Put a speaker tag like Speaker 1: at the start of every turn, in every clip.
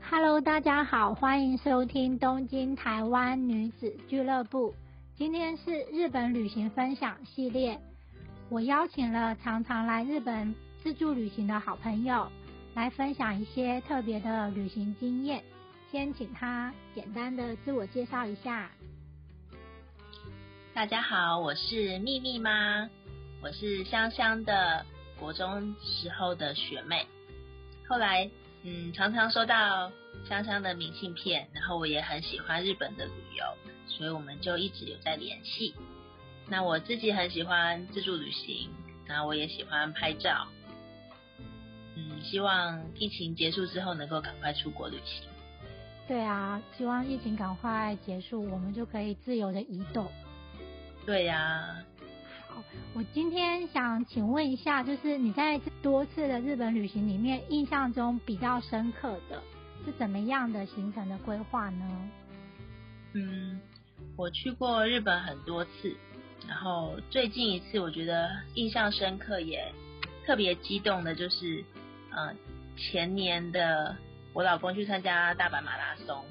Speaker 1: Hello，大家好，欢迎收听东京台湾女子俱乐部。今天是日本旅行分享系列，我邀请了常常来日本自助旅行的好朋友，来分享一些特别的旅行经验。先请他简单的自我介绍一下。
Speaker 2: 大家好，我是秘密妈，我是香香的国中时候的学妹，后来嗯常常收到香香的明信片，然后我也很喜欢日本的旅游，所以我们就一直有在联系。那我自己很喜欢自助旅行，然后我也喜欢拍照，嗯，希望疫情结束之后能够赶快出国旅行。
Speaker 1: 对啊，希望疫情赶快结束，我们就可以自由的移动。
Speaker 2: 对呀、
Speaker 1: 好，我今天想请问一下，就是你在这多次的日本旅行里面，印象中比较深刻的是怎么样的行程的规划呢？
Speaker 2: 嗯，我去过日本很多次，然后最近一次我觉得印象深刻也特别激动的，就是呃前年的我老公去参加大阪马拉松，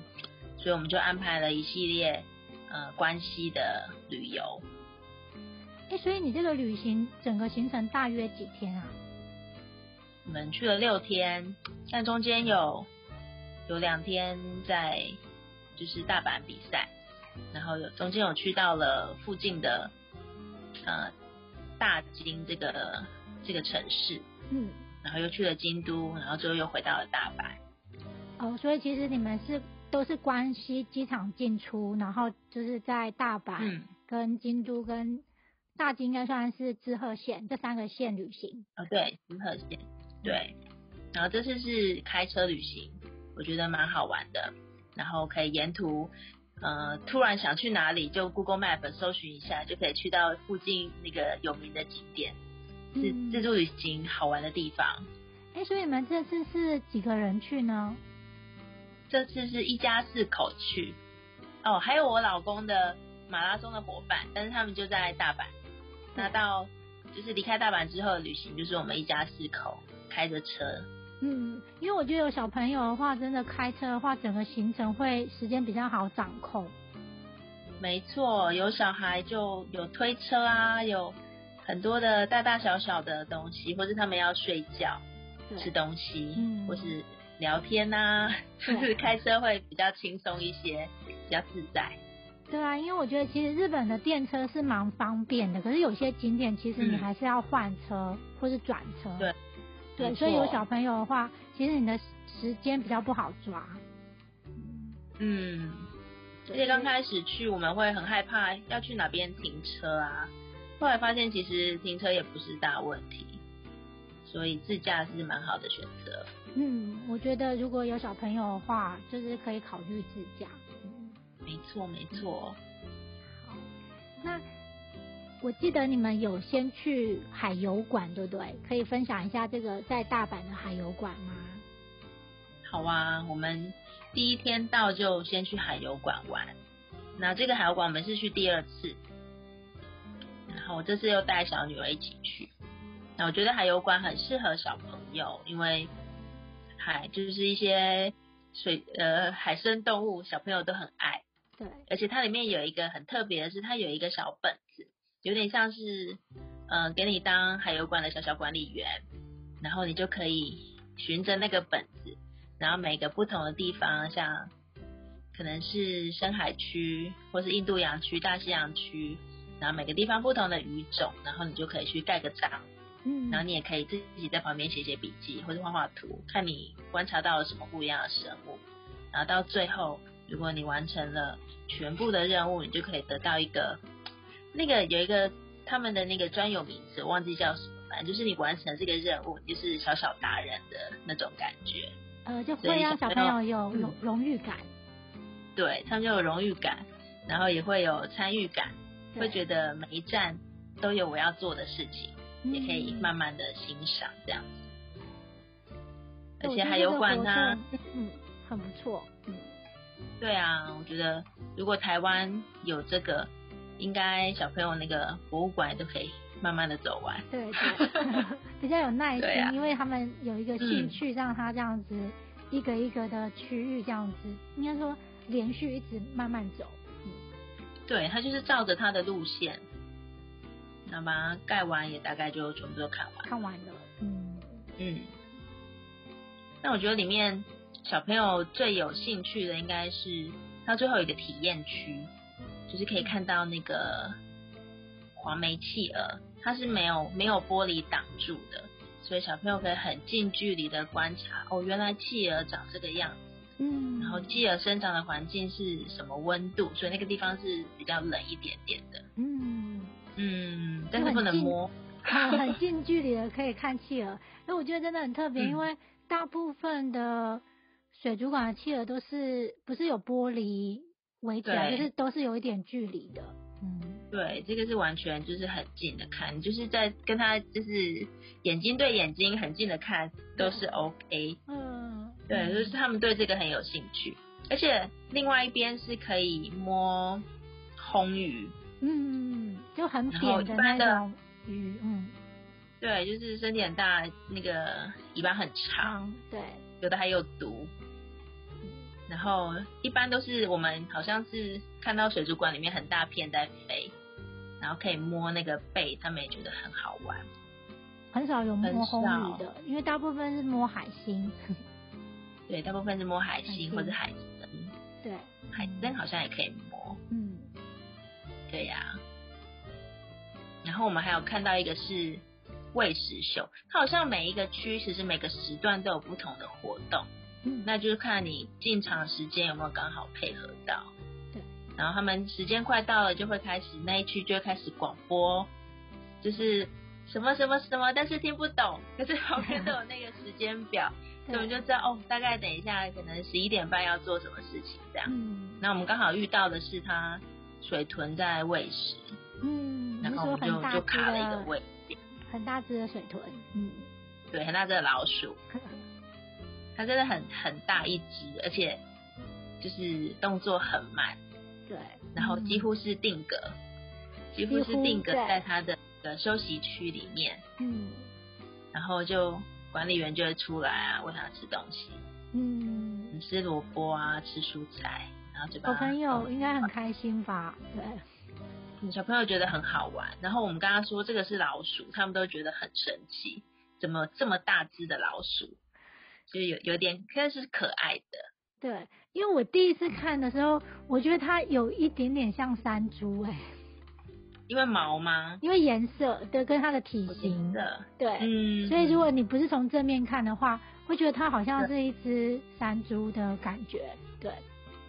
Speaker 2: 所以我们就安排了一系列呃关西的旅游。
Speaker 1: 哎，所以你这个旅行整个行程大约几天啊？
Speaker 2: 我们去了六天，但中间有有两天在就是大阪比赛，然后有中间有去到了附近的呃大金这个这个城市，
Speaker 1: 嗯，
Speaker 2: 然后又去了京都，然后最后又回到了大阪。
Speaker 1: 哦，所以其实你们是都是关西机场进出，然后就是在大阪、
Speaker 2: 嗯，
Speaker 1: 跟京都、跟大金，应该算是滋贺县这三个县旅行。
Speaker 2: 哦对，滋贺县，对，然后这次是开车旅行，我觉得蛮好玩的，然后可以沿途。呃，突然想去哪里，就 Google Map 搜寻一下，就可以去到附近那个有名的景点。自
Speaker 1: 嗯
Speaker 2: 自助旅行好玩的地方。
Speaker 1: 哎，所以你们这次是几个人去呢？
Speaker 2: 这次是一家四口去，哦，还有我老公的马拉松的伙伴，但是他们就在大阪。那到就是离开大阪之后的旅行，就是我们一家四口开着车，
Speaker 1: 嗯，因为我觉得有小朋友的话，真的开车的话，整个行程会时间比较好掌控。
Speaker 2: 没错，有小孩就有推车啊，有很多的大大小小的东西，或是他们要睡觉、吃
Speaker 1: 对，
Speaker 2: 东西，
Speaker 1: 嗯
Speaker 2: 或是聊天呐、啊，
Speaker 1: 对
Speaker 2: 就是开车会比较轻松一些，比较自在。
Speaker 1: 对啊，因为我觉得其实日本的电车是蛮方便的，可是有些景点其实你
Speaker 2: 嗯
Speaker 1: 还是要换车或是转车。
Speaker 2: 对，
Speaker 1: 对，
Speaker 2: 没
Speaker 1: 所以有
Speaker 2: 错
Speaker 1: 小朋友的话，其实你的时间比较不好抓。
Speaker 2: 嗯，而
Speaker 1: 对
Speaker 2: 且刚开始去我们会很害怕要去哪边停车啊，后来发现其实停车也不是大问题，所以自驾是蛮好的选择。
Speaker 1: 嗯，我觉得如果有小朋友的话，就是可以考虑自驾。
Speaker 2: 没错没错，
Speaker 1: 那我记得你们有先去海游馆，对不对？可以分享一下这个在大阪的海游馆吗？
Speaker 2: 好啊，我们第一天到就先去海游馆玩，那这个海游馆我们是去第二次，然后我这次又带小女儿一起去，那我觉得海游馆很适合小朋友，因为海就是一些水呃海生动物，小朋友都很爱。
Speaker 1: 对，
Speaker 2: 而且它里面有一个很特别的是，它有一个小本子，有点像是，呃，给你当海游馆的小小管理员，然后你就可以循着那个本子，然后每个不同的地方，像可能是深海区，或是印度洋区、大西洋区，然后每个地方不同的鱼种，然后你就可以去盖个章，
Speaker 1: 嗯
Speaker 2: 然后你也可以自己在旁边写写笔记或者画画图，看你观察到了什么不一样的生物。然后到最后，如果你完成了全部的任务，你就可以得到一个那个有一个他们的那个专有名词，我忘记叫什么，反正就是你完成这个任务，你就是小小达人的那种感觉。
Speaker 1: 呃，就会
Speaker 2: 对
Speaker 1: 让小
Speaker 2: 小
Speaker 1: 朋
Speaker 2: 朋
Speaker 1: 友
Speaker 2: 友
Speaker 1: 有
Speaker 2: 嗯
Speaker 1: 荣荣誉感，
Speaker 2: 对他们就有荣誉感，然后也会有参与感，会觉
Speaker 1: 得
Speaker 2: 得每一站都有我要做的事情。
Speaker 1: 嗯
Speaker 2: 也可以慢慢的欣赏这样子。而且海游馆啊它，
Speaker 1: 嗯，很不错，嗯，
Speaker 2: 对啊，我觉得如果台湾有这个，应该小朋友那个博物馆都可以慢慢的走完。
Speaker 1: 对对，比较有耐心，
Speaker 2: 对啊
Speaker 1: 因为他们有一个兴
Speaker 2: 嗯
Speaker 1: 趣，让他这样子一个一个的区域这样子，应该说连续一直慢慢走。嗯
Speaker 2: 对，它就是照着它的路线，那把它盖完也大概就全部都看完。
Speaker 1: 看完了，嗯，
Speaker 2: 嗯，那我觉得里面小朋友最有兴趣的应该是它最后有一个体验区，就是可以看到那个黄眉企鹅，它是没有没有玻璃挡住的，所以小朋友可以很近距离的观察哦，原来企鹅长这个样子。
Speaker 1: 嗯，
Speaker 2: 然后继而生长的环境是什么温度，所以那个地方是比较冷一点点的。
Speaker 1: 嗯，
Speaker 2: 嗯，但是不能摸。
Speaker 1: 啊很近距离的可以看企鹅，那我觉得真的很特别，
Speaker 2: 嗯
Speaker 1: 因为大部分的水族馆的企鹅都是不是有玻璃围起来，
Speaker 2: 对
Speaker 1: 就是都是有一点距离的。嗯，
Speaker 2: 对，这个是完全就是很近的看，你就是在跟他就是眼睛对眼睛很近的看都是 OK。
Speaker 1: 嗯，
Speaker 2: 对，
Speaker 1: 嗯
Speaker 2: 就是他们对这个很有兴趣，而且另外一边是可以摸红鱼，
Speaker 1: 嗯，就很
Speaker 2: 然后
Speaker 1: 扁
Speaker 2: 一
Speaker 1: 的
Speaker 2: 般的
Speaker 1: 那种鱼，嗯，
Speaker 2: 对，就是身体很大，那个尾巴很长，
Speaker 1: 长，对，
Speaker 2: 有的还有毒。然后一般都是我们好像是看到水族馆里面很大片在飞，然后可以摸那个背，他们也觉得很好玩。
Speaker 1: 很少有摸
Speaker 2: 很
Speaker 1: 红
Speaker 2: 少
Speaker 1: 鱼的，因为大部分是摸海星，
Speaker 2: 对，大部分是摸海
Speaker 1: 海
Speaker 2: 星
Speaker 1: 星
Speaker 2: 或者海参，
Speaker 1: 对，
Speaker 2: 海参好像也可以摸。
Speaker 1: 嗯，
Speaker 2: 对呀、然后我们还有看到一个是喂食秀，它好像每一个区其实每个时段都有不同的活动。
Speaker 1: 嗯，
Speaker 2: 那就是看你进场时间有没有刚好配合到。
Speaker 1: 对。
Speaker 2: 然后他们时间快到了，就会开始那一区就会开始广播，就是什么什么什么，但是听不懂，可是旁边都有那个时间表，所以我 们
Speaker 1: 对，
Speaker 2: 就知道哦，大概等一下可能十一点半要做什么事情这样。
Speaker 1: 嗯
Speaker 2: 那我们刚好遇到的是他水豚在喂食，
Speaker 1: 嗯，你
Speaker 2: 然
Speaker 1: 是
Speaker 2: 后我
Speaker 1: 说
Speaker 2: 们就
Speaker 1: 很大
Speaker 2: 就
Speaker 1: 只
Speaker 2: 卡了一
Speaker 1: 的
Speaker 2: 个位，
Speaker 1: 很大只的水豚，嗯。
Speaker 2: 对，很大只的老鼠，它真的很很大一只，而且就是动作很慢。
Speaker 1: 对，
Speaker 2: 然后几乎是定格，几乎是定格
Speaker 1: 几乎对
Speaker 2: 在他的的休息区里面，
Speaker 1: 嗯
Speaker 2: 然后就管理员就会出来啊，喂他吃东西，
Speaker 1: 嗯，
Speaker 2: 嗯吃萝卜啊，吃蔬菜，然后嘴巴
Speaker 1: 小朋友应该很开心吧？对，
Speaker 2: 嗯小朋友觉得很好玩。然后我们跟他说这个是老鼠，他们都觉得很神奇，怎么这么大只的老鼠？就有有点，但是可爱的，
Speaker 1: 对，因为我第一次看的时候，我觉得它有一点点像山猪 哎、
Speaker 2: 因为毛吗？
Speaker 1: 因为颜色对跟它的体型
Speaker 2: 的，
Speaker 1: 对，
Speaker 2: 嗯，
Speaker 1: 所以如果你不是从正面看的话，会觉得它好像是一只山猪的感觉。对，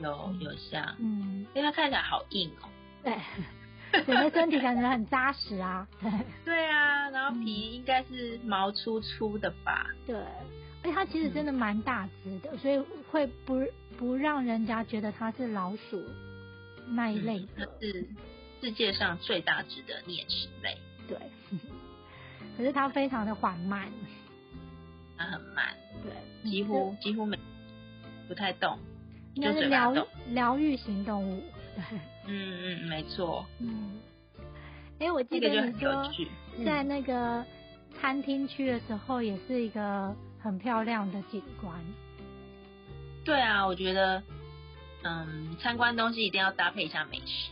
Speaker 2: 有有像，
Speaker 1: 嗯，
Speaker 2: 因为它看起来好硬哦。
Speaker 1: 对，整个身体感觉很扎实啊。对
Speaker 2: 对啊，然后
Speaker 1: 嗯
Speaker 2: 皮应该是毛粗粗的吧？
Speaker 1: 对，而且它其实
Speaker 2: 嗯
Speaker 1: 真的蛮大只的，所以会不不让人家觉得它是老鼠那一类
Speaker 2: 它
Speaker 1: 的。
Speaker 2: 是世界上最大只的啮齿类，
Speaker 1: 对， 可是它非常的缓慢，
Speaker 2: 它很慢，
Speaker 1: 对，嗯
Speaker 2: 几乎几乎没不太动。
Speaker 1: 应该
Speaker 2: 就是嘴巴
Speaker 1: 疗
Speaker 2: 动
Speaker 1: 疗愈型动物。对，
Speaker 2: 嗯嗯，没错，
Speaker 1: 嗯，哎、我记得
Speaker 2: 这个就
Speaker 1: 你
Speaker 2: 很有
Speaker 1: 说
Speaker 2: 趣。
Speaker 1: 在
Speaker 2: 嗯，
Speaker 1: 那个餐厅区的时候，也是一个很漂亮的景观。
Speaker 2: 对啊，我觉得，嗯，参观东西一定要搭配一下美食，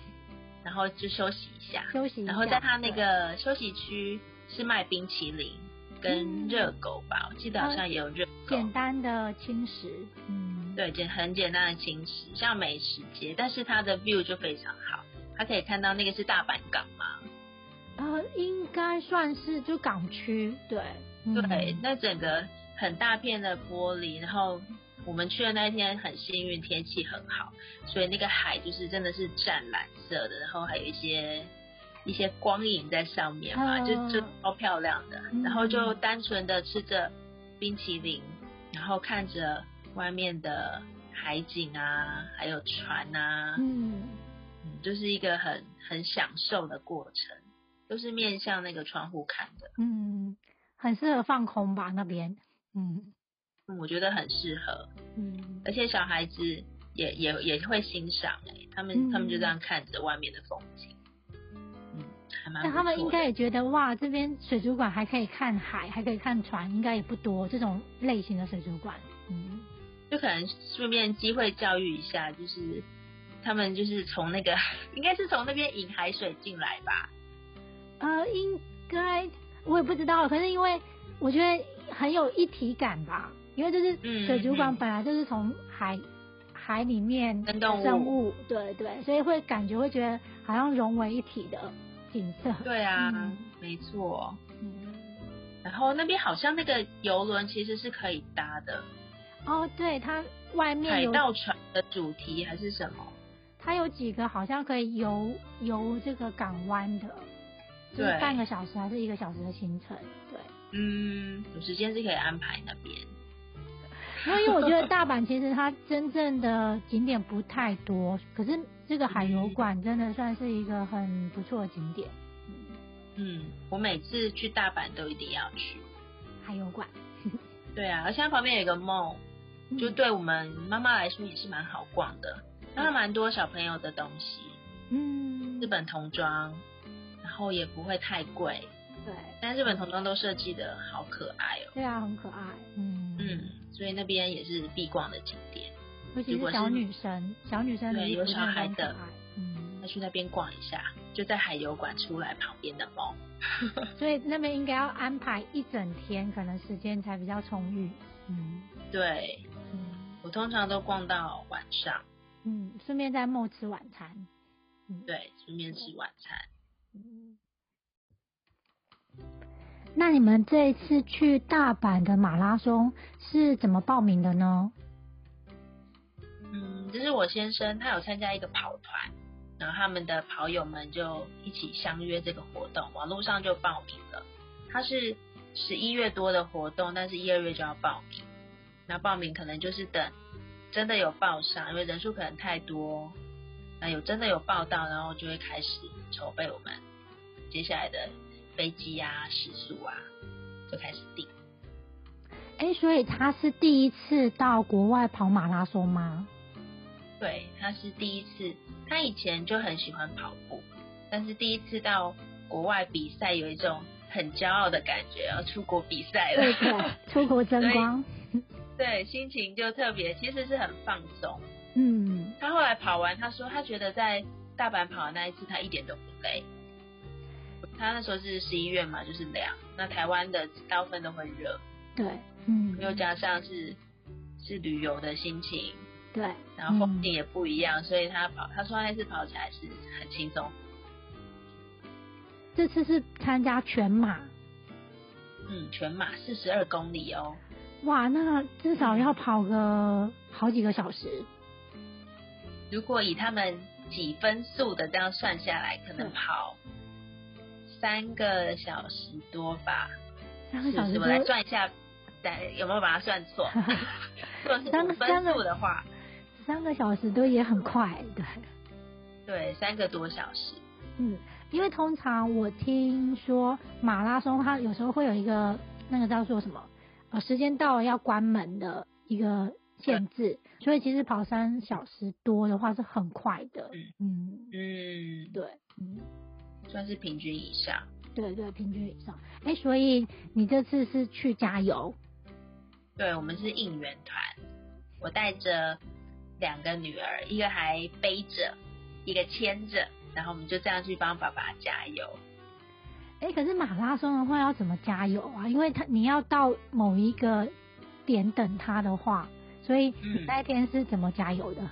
Speaker 2: 然后就休息一下。
Speaker 1: 休息一下，
Speaker 2: 然后在它那
Speaker 1: 嗯对
Speaker 2: 个休息区是卖冰淇淋跟
Speaker 1: 嗯哦
Speaker 2: 热狗吧，我记得好像也有热狗。
Speaker 1: 简单的轻食，嗯，
Speaker 2: 对，简很简单的轻食，像美食街，但是它的 view 就非常好，它可以看到那个是大阪港嘛，
Speaker 1: 呃，应该算是就港区，对，
Speaker 2: 对
Speaker 1: 嗯，
Speaker 2: 那整个很大片的玻璃，然后我们去的那一天很幸运，天气很好，所以那个海就是真的是湛蓝色的，然后还有一些一些光影在上面嘛，就就
Speaker 1: 嗯
Speaker 2: 超漂亮的，
Speaker 1: 嗯
Speaker 2: 然后就单纯的吃着冰淇淋，然后看着外面的海景啊，还有船啊，
Speaker 1: 嗯，
Speaker 2: 嗯，就是一个很很享受的过程，都是面向那个窗户看的，
Speaker 1: 嗯，很适合放空吧那边，嗯
Speaker 2: 嗯我觉得很适合，
Speaker 1: 嗯，
Speaker 2: 而且小孩子也也也会欣赏哎、他
Speaker 1: 嗯
Speaker 2: 们、他们就这样看着外面的风景，嗯，还蛮不
Speaker 1: 但
Speaker 2: 错的
Speaker 1: 他们应该也觉得哇，这边水族馆还可以看海，还可以看船，应该也不多这种类型的水族馆，嗯
Speaker 2: 就可能顺便机会教育一下，就是他们就是从那个 应该是从那边引海水进来吧，
Speaker 1: 呃，应该我也不知道，可是因为我觉得很有一体感吧，因为就是
Speaker 2: 嗯
Speaker 1: 水族馆
Speaker 2: 嗯
Speaker 1: 本来就是从海、海里面
Speaker 2: 跟动物
Speaker 1: 生物，对对，所以会感觉会觉得好像融为一体的景色。
Speaker 2: 对啊，
Speaker 1: 嗯
Speaker 2: 没错。
Speaker 1: 嗯
Speaker 2: 然后那边好像那个游轮其实是可以搭的，
Speaker 1: 哦，对，它外面
Speaker 2: 海
Speaker 1: 有
Speaker 2: 盗船的主题还是什么？
Speaker 1: 它有几个好像可以游游这个港湾的，就是
Speaker 2: 对
Speaker 1: 半个小时还是一个小时的行程，对。
Speaker 2: 嗯，有时间是可以安排那边。
Speaker 1: 因为我觉得大阪其实它真正的景点不太多，可是这个海游馆真的算是一个很不错的景点。
Speaker 2: 嗯，我每次去大阪都一定要去。
Speaker 1: 海游馆，
Speaker 2: 对啊，而且它旁边有一个梦，
Speaker 1: 嗯
Speaker 2: 就对我们妈妈来说也是蛮好逛的，那它蛮多小朋友的东西，
Speaker 1: 嗯，
Speaker 2: 日本童装，然后也不会太贵，
Speaker 1: 对
Speaker 2: 但日本童装都设计的好可爱哦。
Speaker 1: 对啊，很可爱，嗯
Speaker 2: 嗯，所以那边也是必逛的景点，
Speaker 1: 尤其
Speaker 2: 如果
Speaker 1: 是
Speaker 2: 是
Speaker 1: 小女生，小女生的
Speaker 2: 对
Speaker 1: 衣服
Speaker 2: 有
Speaker 1: 真
Speaker 2: 小
Speaker 1: 的
Speaker 2: 孩
Speaker 1: 很可
Speaker 2: 的
Speaker 1: 爱，嗯
Speaker 2: 要，去那边逛一下，就在海游馆出来旁边的梦。
Speaker 1: 所以那边应该要安排一整天，可能时间才比较充裕，嗯
Speaker 2: 对
Speaker 1: 嗯
Speaker 2: 我通常都逛到晚上，
Speaker 1: 嗯，顺便在梦吃晚餐，嗯
Speaker 2: 对，顺便吃晚餐。
Speaker 1: 那你们这一次去大阪的马拉松是怎么报名的呢？
Speaker 2: 嗯，就是我先生他有参加一个跑团，然后他们的跑友们就一起相约这个活动，网络上就报名了。它是十一月多的活动，但是一二月就要报名。那报名可能就是等真的有报上，因为人数可能太多，那有真的有报到，然后就会开始筹备我们接下来的飞机啊、食宿啊，就开始订。
Speaker 1: 哎，所以他是第一次到国外跑马拉松吗？
Speaker 2: 对，他是第一次，他以前就很喜欢跑步，但是第一次到国外比赛，有一种很骄傲的感觉，要出国比赛
Speaker 1: 对
Speaker 2: 了
Speaker 1: 对，， 出国争光，
Speaker 2: 对，心情就特别，其实是很放松。
Speaker 1: 嗯，
Speaker 2: 他后来跑完，他说他觉得在大阪跑的那一次，他一点都不累。他那时候是十一月嘛，就是凉，那台湾的大部分都会热，
Speaker 1: 对，嗯，
Speaker 2: 又加上是是旅游的心情，
Speaker 1: 对，
Speaker 2: 然后风
Speaker 1: 嗯
Speaker 2: 景也不一样，所以他跑，他说他那次跑起来是很轻松。
Speaker 1: 这次是参加全马，
Speaker 2: 嗯，全马四十二公里哦。
Speaker 1: 哇，那至少
Speaker 2: 嗯
Speaker 1: 要跑个好几个小时，
Speaker 2: 如果以他们几分速的这样算下来，可能
Speaker 1: 嗯
Speaker 2: 跑三个小时多吧。
Speaker 1: 三
Speaker 2: 是
Speaker 1: 个小时
Speaker 2: 我来
Speaker 1: 就
Speaker 2: 算一下，来有没有把它算 错？如果是
Speaker 1: 三
Speaker 2: 五
Speaker 1: 三
Speaker 2: 分
Speaker 1: 个
Speaker 2: 速的话，
Speaker 1: 三个小时都也很快，对。
Speaker 2: 对，三个多小时。
Speaker 1: 嗯，因为通常我听说马拉松，它有时候会有一个那个叫做什么，呃，时间到了要关门的一个限制，所以其实跑三小时多的话是很快的。嗯，
Speaker 2: 嗯，
Speaker 1: 对，嗯，
Speaker 2: 算是平均以上。
Speaker 1: 对对，平均以上。哎，所以你这次是去加油，
Speaker 2: 对，我们是应援团，我带着两个女儿，一个还背着，一个牵着，然后我们就这样去帮爸爸加油。
Speaker 1: 哎，可是马拉松的话要怎么加油啊？因为它你要到某一个点等它的话，所以你
Speaker 2: 嗯
Speaker 1: 那天是怎么加油的？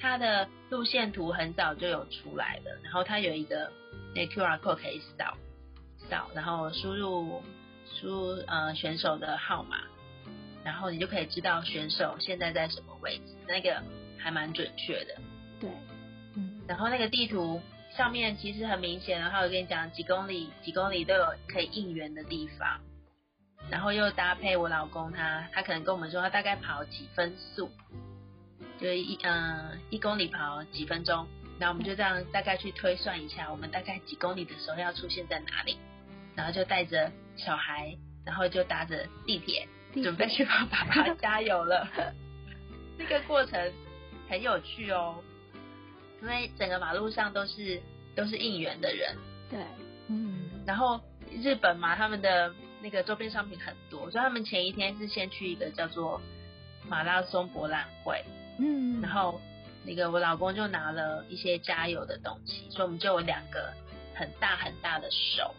Speaker 2: 它的路线图很早就有出来了，然后它有一个那 QR code 可以扫扫，然后输入输入呃选手的号码，然后你就可以知道选手现在在什么位置，那个还蛮准确的。
Speaker 1: 对，嗯。
Speaker 2: 然后那个地图上面其实很明显，然后我跟你讲几公里几公里都有可以应援的地方，然后又搭配我老公他他可能跟我们说他大概跑几分速，就是一嗯、一公里跑几分钟，然后我们就这样大概去推算一下，我们大概几公里的时候要出现在哪里，然后就带着小孩，然后就搭着地铁
Speaker 1: 地
Speaker 2: 准备去帮爸爸加油了。 这个过程很有趣哦，因为整个马路上都是都是应援的人，
Speaker 1: 对，嗯，
Speaker 2: 然后日本嘛，他们的那个周边商品很多，所以他们前一天是先去一个叫做马拉松博览会，
Speaker 1: 嗯，
Speaker 2: 然后那个我老公就拿了一些加油的东西，所以我们就有两个很大很大的手，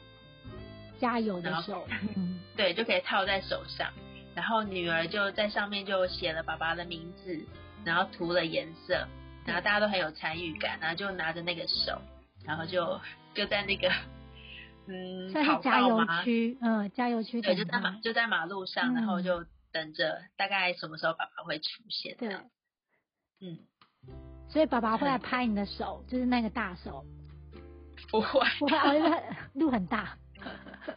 Speaker 1: 加油的
Speaker 2: 然后
Speaker 1: 手，嗯，
Speaker 2: 对，就可以套在手上。然后女儿就在上面就写了爸爸的名
Speaker 1: 嗯
Speaker 2: 字，然后涂了颜色，然后大家都很有参与感，然后就拿着那个手，然后就就在那个 嗯
Speaker 1: 算
Speaker 2: 跑
Speaker 1: 是加
Speaker 2: 道
Speaker 1: 油
Speaker 2: 吗？
Speaker 1: 区，嗯，加油区等
Speaker 2: 对，就在马
Speaker 1: 他，
Speaker 2: 就在马路上，然后
Speaker 1: 嗯
Speaker 2: 就等着大概什么时候爸爸会出现。
Speaker 1: 对，，
Speaker 2: 嗯，
Speaker 1: 所以爸爸会来
Speaker 2: 嗯
Speaker 1: 拍你的手，就是那个大 手，
Speaker 2: 不会。
Speaker 1: 不会，哦因为他路很大，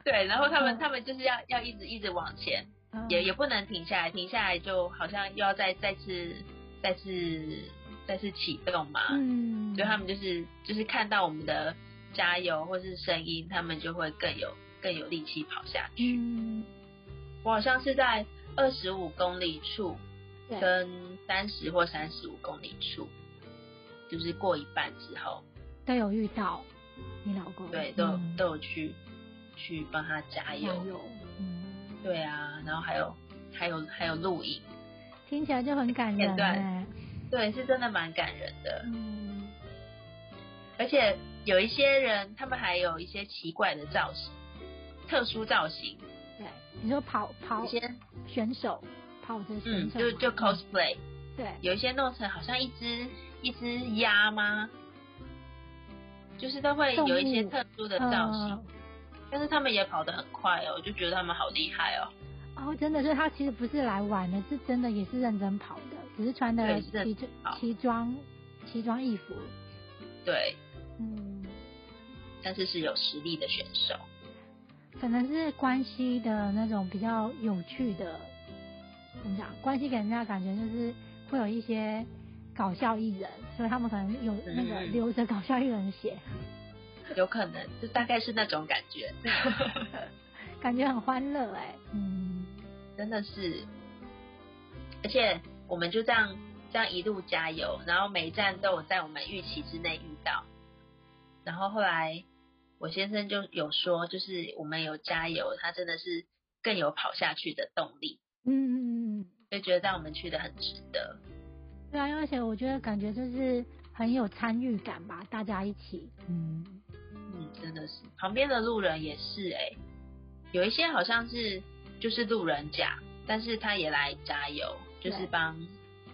Speaker 2: 对，然后他们
Speaker 1: 嗯
Speaker 2: 他们就是要要一直一直往前，
Speaker 1: 嗯
Speaker 2: 也也不能停下来，停下来就好像又要再再次再次再次启动嘛。
Speaker 1: 嗯，
Speaker 2: 所以他们就是就是看到我们的加油或是声音，他们就会更有更有力气跑下去。
Speaker 1: 嗯，
Speaker 2: 我好像是在二十五公里处
Speaker 1: 对，
Speaker 2: 跟三十或三十五公里处，就是过一半之后，
Speaker 1: 都有遇到你老公，
Speaker 2: 对，都有、
Speaker 1: 嗯
Speaker 2: 都有去去帮他加
Speaker 1: 加
Speaker 2: 油。
Speaker 1: 油，嗯。
Speaker 2: 对啊，然后还有还有还有录影，
Speaker 1: 听起来就很感
Speaker 2: 片
Speaker 1: 人
Speaker 2: 段
Speaker 1: 哎、
Speaker 2: 对，是真的蛮感人的。
Speaker 1: 嗯，
Speaker 2: 而且有一些人，他们还有一些奇怪的造型，特殊造型，
Speaker 1: 对，你说跑跑
Speaker 2: 有些
Speaker 1: 选手，跑的选
Speaker 2: 嗯，
Speaker 1: 手嘛，
Speaker 2: 就就 cosplay，
Speaker 1: 对，
Speaker 2: 有一些弄成好像一只一只鸭吗？就是都会有一些
Speaker 1: 动物
Speaker 2: 特殊的造型，
Speaker 1: 嗯
Speaker 2: 但是他们也跑得很快哦，我就觉得他们好厉害哦。
Speaker 1: 哦，真的，所以他其实不是来玩的，是真的也是认真跑的，只是穿的
Speaker 2: 对
Speaker 1: 奇
Speaker 2: 是认真跑
Speaker 1: 奇装奇装异服。
Speaker 2: 对，
Speaker 1: 嗯，
Speaker 2: 但是是有实力的选手，
Speaker 1: 可能是关系的那种比较有趣的，怎么讲？关系给人家感觉就是会有一些搞笑艺人，所以他们可能有那个
Speaker 2: 嗯
Speaker 1: 留着搞笑艺人的血，
Speaker 2: 有可能就大概是那种感觉，
Speaker 1: 感觉很欢乐哎、嗯，
Speaker 2: 真的是，而且我们就这样这样一路加油，然后每一站都有在我们预期之内遇到。然后后来我先生就有说，就是我们有加油，他真的是更有跑下去的动力，
Speaker 1: 嗯嗯嗯。
Speaker 2: 就觉得让我们去的很值得。
Speaker 1: 对啊，因为而且我觉得感觉就是很有参与感吧，大家一起，嗯，
Speaker 2: 嗯，真的是，旁边的路人也是哎、有一些好像是就是路人甲，但是他也来加油，就是
Speaker 1: 对
Speaker 2: 帮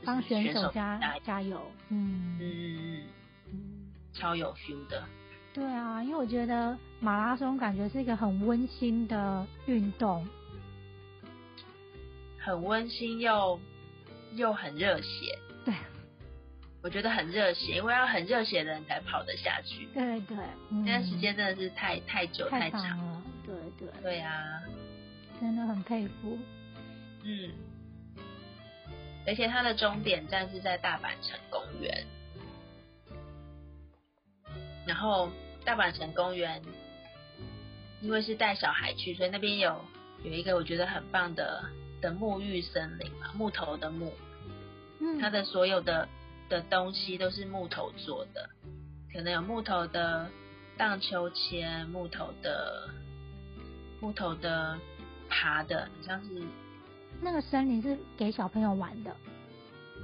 Speaker 1: 帮
Speaker 2: 就是选
Speaker 1: 选手加
Speaker 2: 加油，
Speaker 1: 加油，嗯
Speaker 2: 嗯，
Speaker 1: 嗯，
Speaker 2: 超有 feel 的。
Speaker 1: 对啊，因为我觉得马拉松感觉是一个很温馨的运动，
Speaker 2: 很温馨又又很热血。
Speaker 1: 对
Speaker 2: 我觉得很热血，因为要很热血的人才跑得下去。
Speaker 1: 对对，嗯，
Speaker 2: 现在时间真的是太太久
Speaker 1: 太
Speaker 2: 长
Speaker 1: 棒。了，对对，
Speaker 2: 对啊，
Speaker 1: 真的很佩服，
Speaker 2: 嗯。而且它的终点站是在大阪城公园，然后大阪城公园，因为是带小孩去，所以那边有有一个我觉得很棒的的沐浴森林嘛，木头的木，
Speaker 1: 嗯，
Speaker 2: 它的所有的的东西都是木头做的，可能有木头的荡秋千、木头的木头的爬的，好像是
Speaker 1: 那个森林是给小朋友玩的，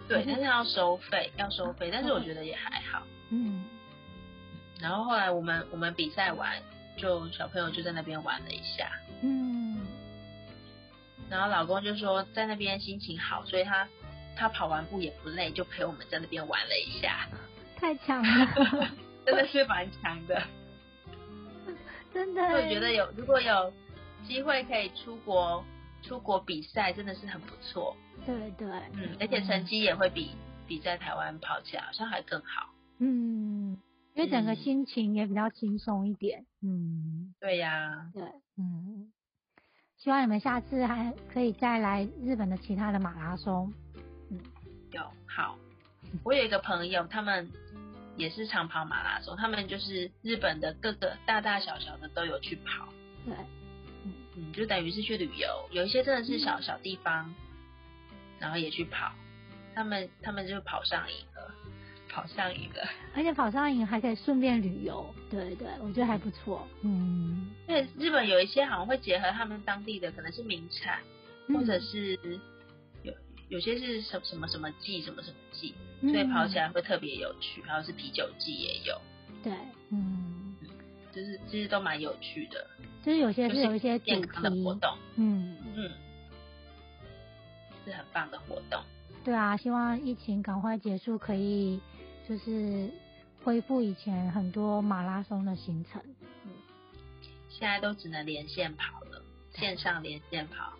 Speaker 2: 对
Speaker 1: 嗯，
Speaker 2: 但是要收费，要收费，但是我觉得也还好。
Speaker 1: 嗯，
Speaker 2: 然后后来我们我们比赛完，就小朋友就在那边玩了一下，
Speaker 1: 嗯，
Speaker 2: 然后老公就说在那边心情好，所以他他跑完步也不累，就陪我们在那边玩了一下，
Speaker 1: 太强 了，
Speaker 2: 真的是蛮强的。
Speaker 1: 真的，
Speaker 2: 我觉得有如果有机会可以出国出国比赛，真的是很不错。
Speaker 1: 对对，
Speaker 2: 嗯，而且成绩也会比比在台湾跑起来好像还更好。
Speaker 1: 嗯，因为整个
Speaker 2: 嗯
Speaker 1: 心情也比较轻松一点。嗯，
Speaker 2: 对呀、
Speaker 1: 对，嗯，希望你们下次还可以再来日本的其他的马拉松。
Speaker 2: 有好。我有一个朋友，他们也是长跑马拉松，他们就是日本的各个大大小小的都有去跑，
Speaker 1: 对，
Speaker 2: 嗯，就等于是去旅游，有一些真的是小小地方，然后也去跑，他们他们就跑上瘾了，跑上瘾了。
Speaker 1: 而且跑上瘾还可以顺便旅游。对对，我觉得还不错。嗯，
Speaker 2: 对，日本有一些好像会结合他们当地的，可能是名产，或者
Speaker 1: 嗯
Speaker 2: 是有
Speaker 3: 有些是什什么什么季什么什么季，所以跑起来会特别有趣。还有是啤酒季也有，
Speaker 1: 嗯对，嗯，
Speaker 3: 就是其实都蛮有趣的，
Speaker 1: 就是有些
Speaker 3: 就是
Speaker 1: 有一些主
Speaker 3: 健
Speaker 1: 题，
Speaker 3: 康的活动，
Speaker 1: 嗯，
Speaker 3: 嗯，是很棒的活动。
Speaker 1: 对啊，希望疫情赶快结束，可以就是恢复以前很多马拉松的行程。
Speaker 3: 现在都只能连线跑了，线上连线跑，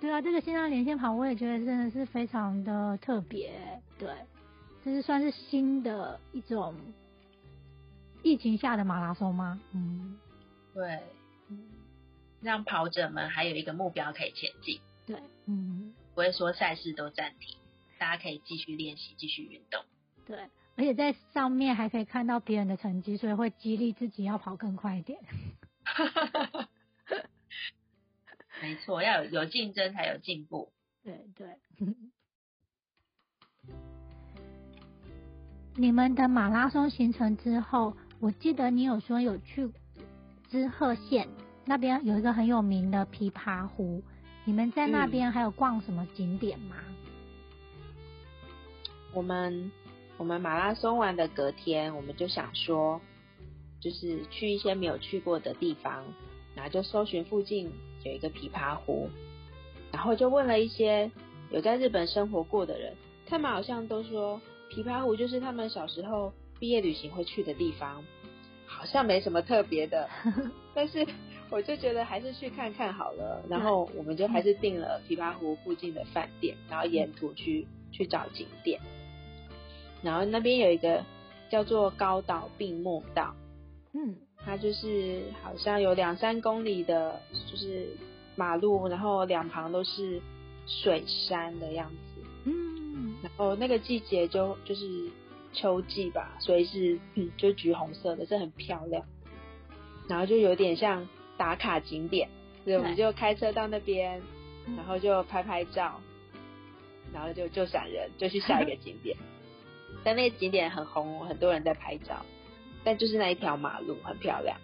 Speaker 1: 对啊，这个线上连线跑，我也觉得真的是非常的特别，对，这是算是新的一种疫情下的马拉松吗？嗯，
Speaker 3: 对，让跑者们还有一个目标可以前进，
Speaker 1: 对，嗯，
Speaker 3: 不会说赛事都暂停，大家可以继续练习，继续运动。
Speaker 1: 对，而且在上面还可以看到别人的成绩，所以会激励自己要跑更快一点。
Speaker 3: 没错，要有有竞争才有进步。
Speaker 1: 对对。你们的马拉松行程之后，我记得你有说有去知鹤县那边有一个很有名的琵琶湖，你们在
Speaker 2: 嗯
Speaker 1: 那边还有逛什么景点吗？
Speaker 2: 我们我们马拉松完的隔天，我们就想说，就是去一些没有去过的地方，然后就搜寻附近有一个琵琶湖，然后就问了一些有在日本生活过的人，他们好像都说琵琶湖就是他们小时候毕业旅行会去的地方，好像没什么特别的，但是我就觉得还是去看看好了。然后我们就还是订了琵琶湖附近的饭店，然后沿途去去找景点。然后那边有一个叫做高岛并木道，
Speaker 1: 嗯，
Speaker 2: 它就是好像有两三公里的，就是马路，然后两旁都是水山的样子。
Speaker 1: 嗯，
Speaker 2: 然后那个季节就就是秋季吧，所以是嗯就橘红色的，这很漂亮。然后就有点像打卡景点，所以我们
Speaker 1: 对
Speaker 2: 就开车到那边，
Speaker 1: 嗯
Speaker 2: 然后就拍拍照，然后就就闪人，就去下一个景 点。但那个景点很红，很多人在拍照，但就是那一条马路很漂亮，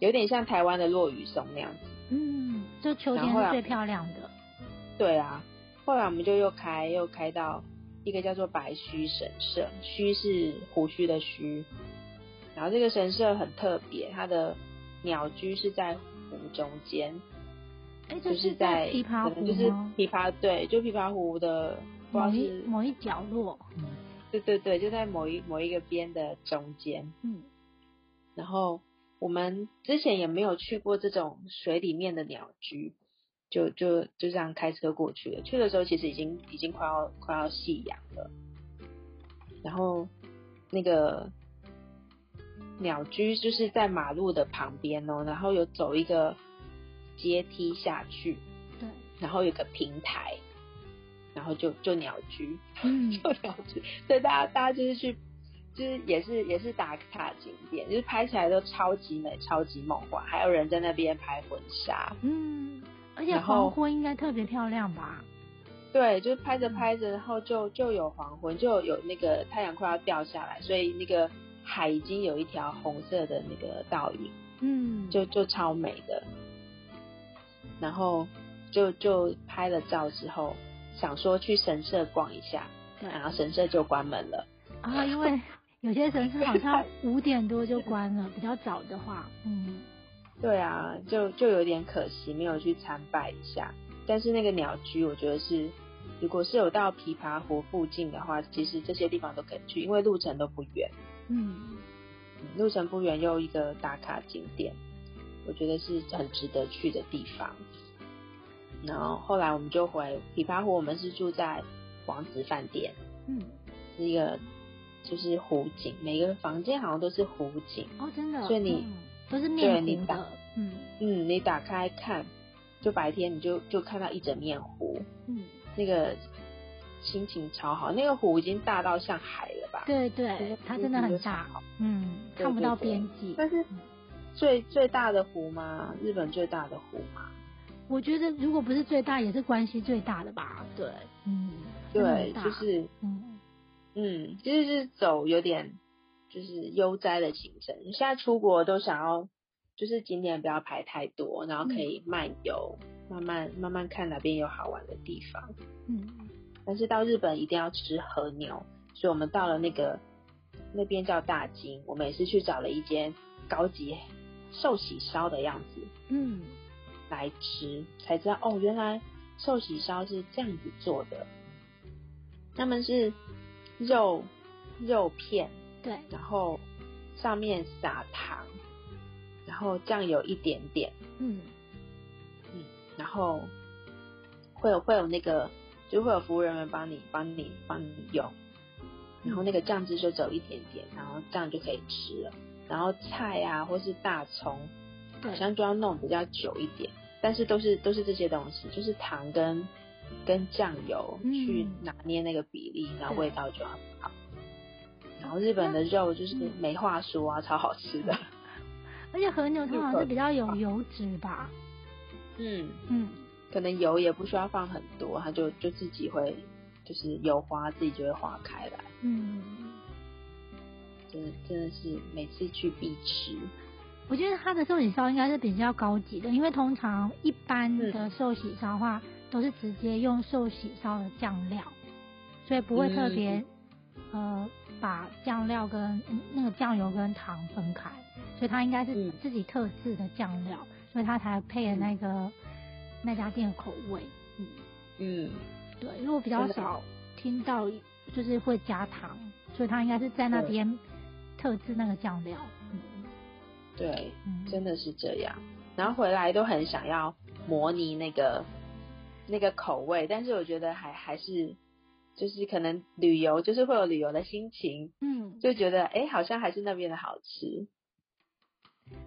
Speaker 2: 有点像台湾的落雨松那样子。
Speaker 1: 嗯，就秋天
Speaker 2: 然后
Speaker 1: 是
Speaker 2: 啊
Speaker 1: 最漂亮的。
Speaker 2: 对啊，后来我们就又开又开到一个叫做白须神社，须是胡须的须，然后这个神社很特别，它的鸟居是在湖中间，
Speaker 1: 哎、
Speaker 2: 就
Speaker 1: 这
Speaker 2: 是
Speaker 1: 在
Speaker 2: 在
Speaker 1: 琵琶
Speaker 2: 可
Speaker 1: 湖
Speaker 2: 能就是
Speaker 1: 吗？
Speaker 2: 琵琶对，就琵琶湖的，不知
Speaker 1: 某
Speaker 2: 道
Speaker 1: 一
Speaker 2: 是
Speaker 1: 某一角落。
Speaker 2: 对对对，就在某一某一个边的中间。
Speaker 1: 嗯
Speaker 2: 然后我们之前也没有去过这种水里面的鸟居，就就就这样开车过去了。去的时候其实已经已经快要快要夕阳了，然后那个鸟居就是在马路的旁边哦，然后有走一个阶梯下去，
Speaker 1: 对，
Speaker 2: 然后有个平台，然后就就鸟居。
Speaker 1: 嗯，
Speaker 2: 就了解， 所以大家大家就是去，就是也是也是打卡景点，就是拍起来都超级美、超级梦幻，还有人在那边拍婚纱，
Speaker 1: 嗯，而且
Speaker 2: 然后
Speaker 1: 黄昏应该特别漂亮吧？
Speaker 2: 对，就是拍着拍着，然后就就有黄昏，就有那个太阳快要掉下来，所以那个海已经有一条红色的那个倒影，
Speaker 1: 嗯，
Speaker 2: 就就超美的，然后就就拍了照之后，想说去神社逛一下，
Speaker 1: 对
Speaker 2: 然后神社就关门了。
Speaker 1: 啊，因为有些神社好像五点多就关了，比较早的话，嗯，
Speaker 2: 对啊，就就有点可惜没有去参拜一下。但是那个鸟居，我觉得是，如果是有到琵琶湖附近的话，其实这些地方都可以去，因为路程都不远，
Speaker 1: 嗯，
Speaker 2: 嗯路程不远又一个打卡景点，我觉得是很值得去的地方。然后后来我们就回琵琶湖，我们是住在王子饭店，
Speaker 1: 嗯，
Speaker 2: 是一个就是湖景，每个房间好像都是湖景。
Speaker 1: 哦，真的，
Speaker 2: 所以你
Speaker 1: 嗯都是
Speaker 2: 对
Speaker 1: 面
Speaker 2: 你
Speaker 1: 糊
Speaker 2: 打
Speaker 1: 的，嗯
Speaker 2: 嗯，你打开看，就白天你就就看到一整面湖，
Speaker 1: 嗯，
Speaker 2: 那个心情超好。那个湖已经大到像海了吧？
Speaker 1: 对
Speaker 2: 就是
Speaker 1: 对，它真的很大，嗯，
Speaker 2: 对
Speaker 1: 看不
Speaker 2: 对
Speaker 1: 到
Speaker 2: 对
Speaker 1: 边际。
Speaker 2: 但是最最大的湖吗？日本最大的湖吗？
Speaker 1: 我觉得如果不是最大，也是关系最大的吧？对，嗯，真的很
Speaker 2: 对，
Speaker 1: 大
Speaker 2: 就是
Speaker 1: 嗯，
Speaker 2: 嗯，就是是走有点就是悠哉的行程。现
Speaker 1: 嗯
Speaker 2: 在出国都想要就是景点不要排太多，然后可以漫游、慢慢慢慢看哪边有好玩的地方。
Speaker 1: 嗯，
Speaker 2: 但是到日本一定要吃和牛，所以我们到了那个那边叫大金，我们也是去找了一间高级寿喜烧的样子
Speaker 1: 嗯，
Speaker 2: 来吃，才知道哦，原来寿喜烧是这样子做的，他们是肉肉片，
Speaker 1: 对，
Speaker 2: 然后上面撒糖，然后酱油一点点，
Speaker 1: 嗯
Speaker 2: 然后会有会有那个，就会有服务人员帮你帮你帮你用，然后那个酱汁就走一点点，然后这样就可以吃了。然后菜啊，或是大葱，好
Speaker 1: 对，
Speaker 2: 像就要弄比较久一点，但是都是都是这些东西，就是糖跟跟酱油
Speaker 1: 嗯
Speaker 2: 去拿捏那个比例，然后
Speaker 1: 对
Speaker 2: 味道就很好。然后日本的肉就是
Speaker 1: 嗯
Speaker 2: 没话说啊，超好吃的。
Speaker 1: 而且和牛通常是比较有油脂吧，
Speaker 2: 嗯，
Speaker 1: 嗯，
Speaker 2: 可能油也不需要放很多，它就就自己会就是油花自己就会化开来，
Speaker 1: 嗯，
Speaker 2: 真的真的是每次去必吃。
Speaker 1: 我觉得它的寿喜烧应该是比较高级的，因为通常一般的寿喜烧的话都是直接用寿喜烧的酱料，所以不会特
Speaker 2: 嗯
Speaker 1: 别、呃把酱料跟、嗯那个酱油跟糖分开，所以它应该是
Speaker 2: 嗯
Speaker 1: 自己特制的酱料，所以它才配了那个、那家店的口味。嗯，
Speaker 2: 嗯，
Speaker 1: 对，因为我比较
Speaker 2: 真的
Speaker 1: 少听到就是会加糖，所以它应该是在那
Speaker 2: 对
Speaker 1: 边特制那个酱料。嗯
Speaker 2: 对，
Speaker 1: 嗯，
Speaker 2: 真的是这样。然后回来都很想要模拟那个那个口味，但是我觉得还还是就是可能旅游就是会有旅游的心情，
Speaker 1: 嗯，
Speaker 2: 就觉得哎、诶好像还是那边的好吃。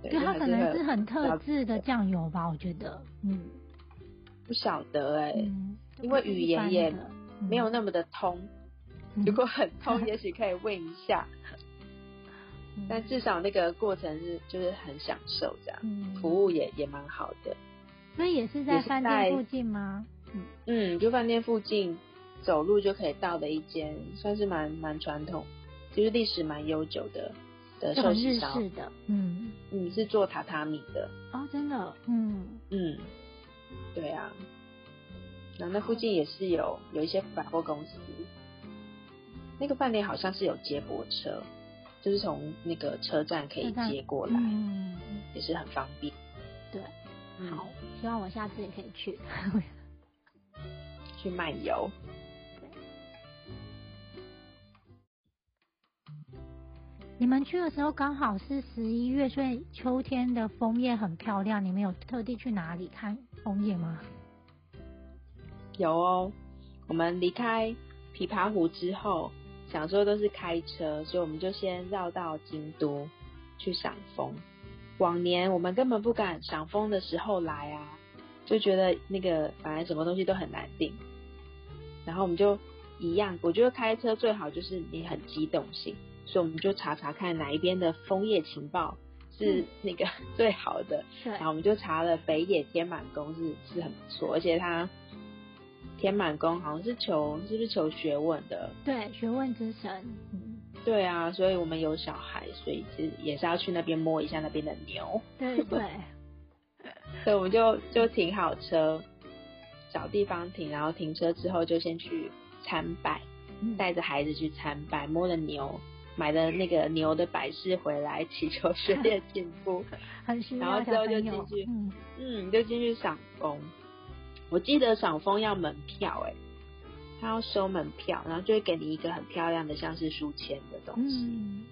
Speaker 2: 对，
Speaker 1: 对，
Speaker 2: 就
Speaker 1: 它
Speaker 2: 还
Speaker 1: 可
Speaker 2: 是
Speaker 1: 能
Speaker 2: 会
Speaker 1: 是
Speaker 2: 有
Speaker 1: 很特制的酱油吧，我觉得，嗯，
Speaker 2: 不晓得哎、诶
Speaker 1: 嗯，
Speaker 2: 因为语言也没有
Speaker 1: 那
Speaker 2: 那么的通。
Speaker 1: 嗯
Speaker 2: 如果很痛，也许可以问一下，
Speaker 1: 嗯
Speaker 2: 但至少那个过程是就是很享受这样，服
Speaker 1: 务，
Speaker 2: 务也也蛮好的。
Speaker 1: 嗯所以也是
Speaker 2: 也
Speaker 1: 在
Speaker 2: 是
Speaker 1: 饭
Speaker 2: 在
Speaker 1: 店附近吗？嗯
Speaker 2: 嗯，就饭店附近走路就可以到的一间，算是蛮蛮传统，就是历史蛮悠久的的
Speaker 1: 就
Speaker 2: 寿
Speaker 1: 很
Speaker 2: 喜
Speaker 1: 日
Speaker 2: 烧。
Speaker 1: 式的，嗯，
Speaker 2: 嗯，是做榻榻米的。
Speaker 1: 哦，真的，嗯，
Speaker 2: 嗯，对啊。然后那附近也是有有一些百货公司，那个饭店好像是有接驳车，就是从那个车站可以
Speaker 1: 车站
Speaker 2: 接过来。
Speaker 1: 嗯，
Speaker 2: 也是很方便。
Speaker 1: 对，
Speaker 2: 嗯
Speaker 1: 好，希望我下次也可以去。
Speaker 2: 去漫游。
Speaker 1: 你们去的时候刚好是十一月，所以秋天的枫叶很漂亮。你们有特地去哪里看枫叶吗？
Speaker 2: 有哦，我们离开琵琶湖之后，想说都是开车，所以我们就先绕到京都去赏枫。往年我们根本不敢赏枫的时候来啊，就觉得那个反正什么东西都很难定。然后我们就一样，我觉得开车最好就是你很机动性，所以我们就查查看哪一边的枫叶情报是那个 最好的。
Speaker 1: 对
Speaker 2: 然后我们就查了北野天满宫是是很不错，而且它天满宫好像是求是不是求学问的？
Speaker 1: 对，学问之神，嗯。
Speaker 2: 对啊，所以我们有小孩，所以是也是要去那边摸一下那边的牛，
Speaker 1: 对 对，
Speaker 2: 所以我们就就停好车，找地方停，然后停车之后就先去参拜，
Speaker 1: 嗯
Speaker 2: 带着孩子去参拜，摸了牛。买的那个牛的摆饰回来，祈求学业进步。
Speaker 1: 很需
Speaker 2: 然
Speaker 1: 要
Speaker 2: 后
Speaker 1: 小
Speaker 2: 之后
Speaker 1: 朋
Speaker 2: 就
Speaker 1: 友
Speaker 2: 进去
Speaker 1: 嗯，
Speaker 2: 嗯，就进去赏枫。我记得赏枫要门票、欸，他要收门票，然后就会给你一个很漂亮的像是书签的东西。
Speaker 1: 嗯，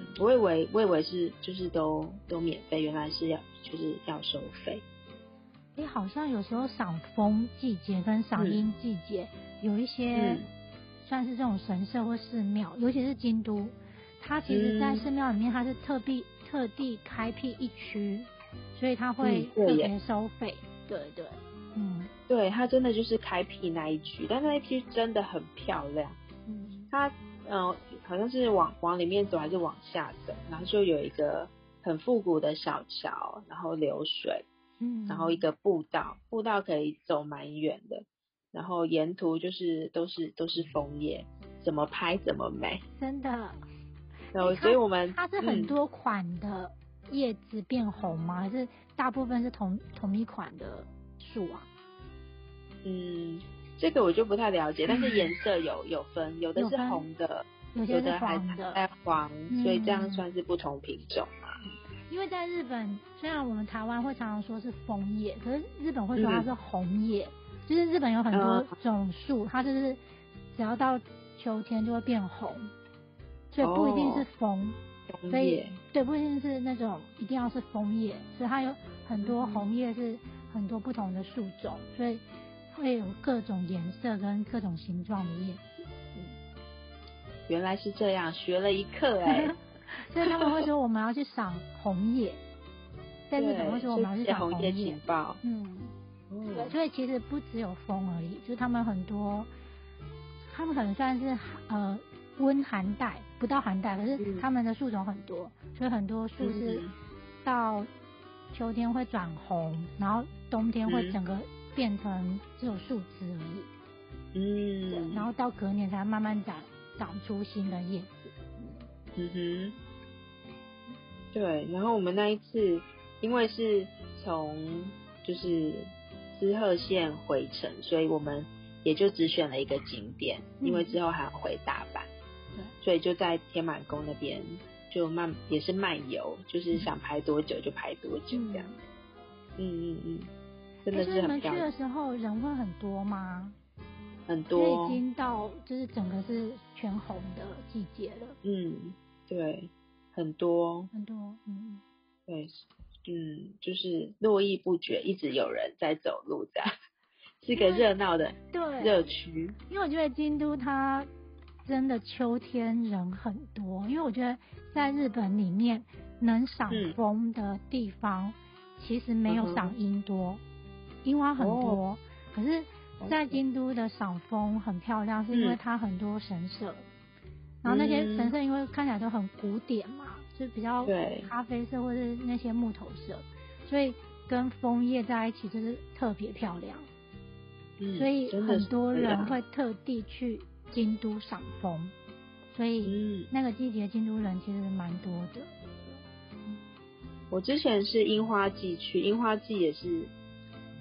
Speaker 2: 嗯我以为我以为是就是都都免费，原来是要就是要收费。
Speaker 1: 你好像有时候赏枫季节跟赏樱季节、有一些
Speaker 2: 嗯
Speaker 1: 算是这种神社或寺庙，尤其是京都，它其实在
Speaker 2: 嗯
Speaker 1: 寺庙里面它是特地特地开辟一区，所以它会
Speaker 2: 嗯对
Speaker 1: 特
Speaker 2: 耶
Speaker 1: 别收费。对对，嗯
Speaker 2: 对，它真的就是开辟那一区，但那一区真的很漂亮。
Speaker 1: 嗯
Speaker 2: 它嗯、呃好像是往往里面走还是往下走，然后就有一个很复古的小桥，然后流水，
Speaker 1: 嗯，
Speaker 2: 然后一个步道，步道可以走蛮远的，然后沿途就是都是都是枫叶，怎么拍怎么美。
Speaker 1: 真的，
Speaker 2: 嗯然后
Speaker 1: 欸它
Speaker 2: 所以我们
Speaker 1: 它是很、
Speaker 2: 嗯
Speaker 1: 多款的叶子变红吗？还是大部分是同同一款的数啊？
Speaker 2: 嗯，这个我就不太了解，但是颜色有有分，有的
Speaker 1: 有
Speaker 2: 是
Speaker 1: 分
Speaker 2: 红的，
Speaker 1: 有些
Speaker 2: 有
Speaker 1: 是
Speaker 2: 的还
Speaker 1: 黄的，
Speaker 2: 带黄，所以这样
Speaker 1: 嗯
Speaker 2: 算是不同品种嘛。
Speaker 1: 因为在日本，虽然我们台湾会常常说是枫叶，可是日本会说
Speaker 2: 嗯
Speaker 1: 它是红叶，就是日本有很多种树，它就是只要到秋天就会变红，所以不一定是枫，
Speaker 2: 哦枫
Speaker 1: 所以
Speaker 2: 叶，
Speaker 1: 对，不一定是那种一定要是枫叶，所以它有很多
Speaker 2: 嗯
Speaker 1: 红叶是很多不同的树种，所以会有各种颜色跟各种形状的叶子。
Speaker 2: 原来是这样，学了一 课哎、
Speaker 1: 所以他们会说我们要去赏红叶，在日本
Speaker 2: 对
Speaker 1: 会说我们要去
Speaker 2: 就是
Speaker 1: 赏
Speaker 2: 红叶
Speaker 1: 叶
Speaker 2: 情。报，
Speaker 1: 嗯，
Speaker 2: 哦
Speaker 1: 所以其实不只有风而已，就是他们很多，他们可能算是呃温寒带，不到寒带，可是
Speaker 2: 嗯
Speaker 1: 他们的树种很多，所以很多树是
Speaker 2: 嗯
Speaker 1: 到秋天会转红，然后冬天会
Speaker 2: 嗯
Speaker 1: 整个变成只有树枝而已，
Speaker 2: 嗯，
Speaker 1: 然后到隔年才慢慢长长出新的叶子。
Speaker 2: 嗯哼，对，然后我们那一次，因为是从就是滋贺县回程，所以我们也就只选了一个景点，因为
Speaker 1: 嗯
Speaker 2: 之后还要回大阪，
Speaker 1: 对
Speaker 2: 所以就在天满宫那边就漫也是漫游，就是想拍多久就拍多久这样。嗯嗯嗯，真
Speaker 1: 诶
Speaker 2: 的
Speaker 1: 所
Speaker 2: 是
Speaker 1: 以你
Speaker 2: 很
Speaker 1: 们
Speaker 2: 漂
Speaker 1: 去的
Speaker 2: 亮，
Speaker 1: 时候人会很多吗？
Speaker 2: 很
Speaker 1: 所以已
Speaker 2: 多，
Speaker 1: 经到就是整个是全红的季节了，
Speaker 2: 嗯，对，很多，
Speaker 1: 很多，嗯，
Speaker 2: 对，嗯，就是络绎不绝，一直有人在走路，这样是个热闹的
Speaker 1: 对，
Speaker 2: 热区。
Speaker 1: 因为我觉得京都它真的秋天人很多，因为我觉得在日本里面能赏
Speaker 2: 嗯
Speaker 1: 枫的地方，其实没有
Speaker 2: 嗯哼哦
Speaker 1: 赏樱多，樱花很多，可是在
Speaker 2: 了解
Speaker 1: 京都的赏枫很漂亮，是因为
Speaker 2: 嗯
Speaker 1: 它很多神社，然后那些
Speaker 2: 嗯
Speaker 1: 神社因为看起来都很古典嘛，就比较
Speaker 2: 对
Speaker 1: 咖啡色或是那些木头色，所以跟枫叶在一起就是特别漂亮。
Speaker 2: 嗯，
Speaker 1: 所以
Speaker 2: 真的
Speaker 1: 很
Speaker 2: 是哎
Speaker 1: 多
Speaker 2: 这
Speaker 1: 人
Speaker 2: 样，
Speaker 1: 会特地去京都赏枫，所以
Speaker 2: 嗯，
Speaker 1: 那个季节京都人其实蛮多的。
Speaker 2: 我之前是樱花季去，樱花季也是，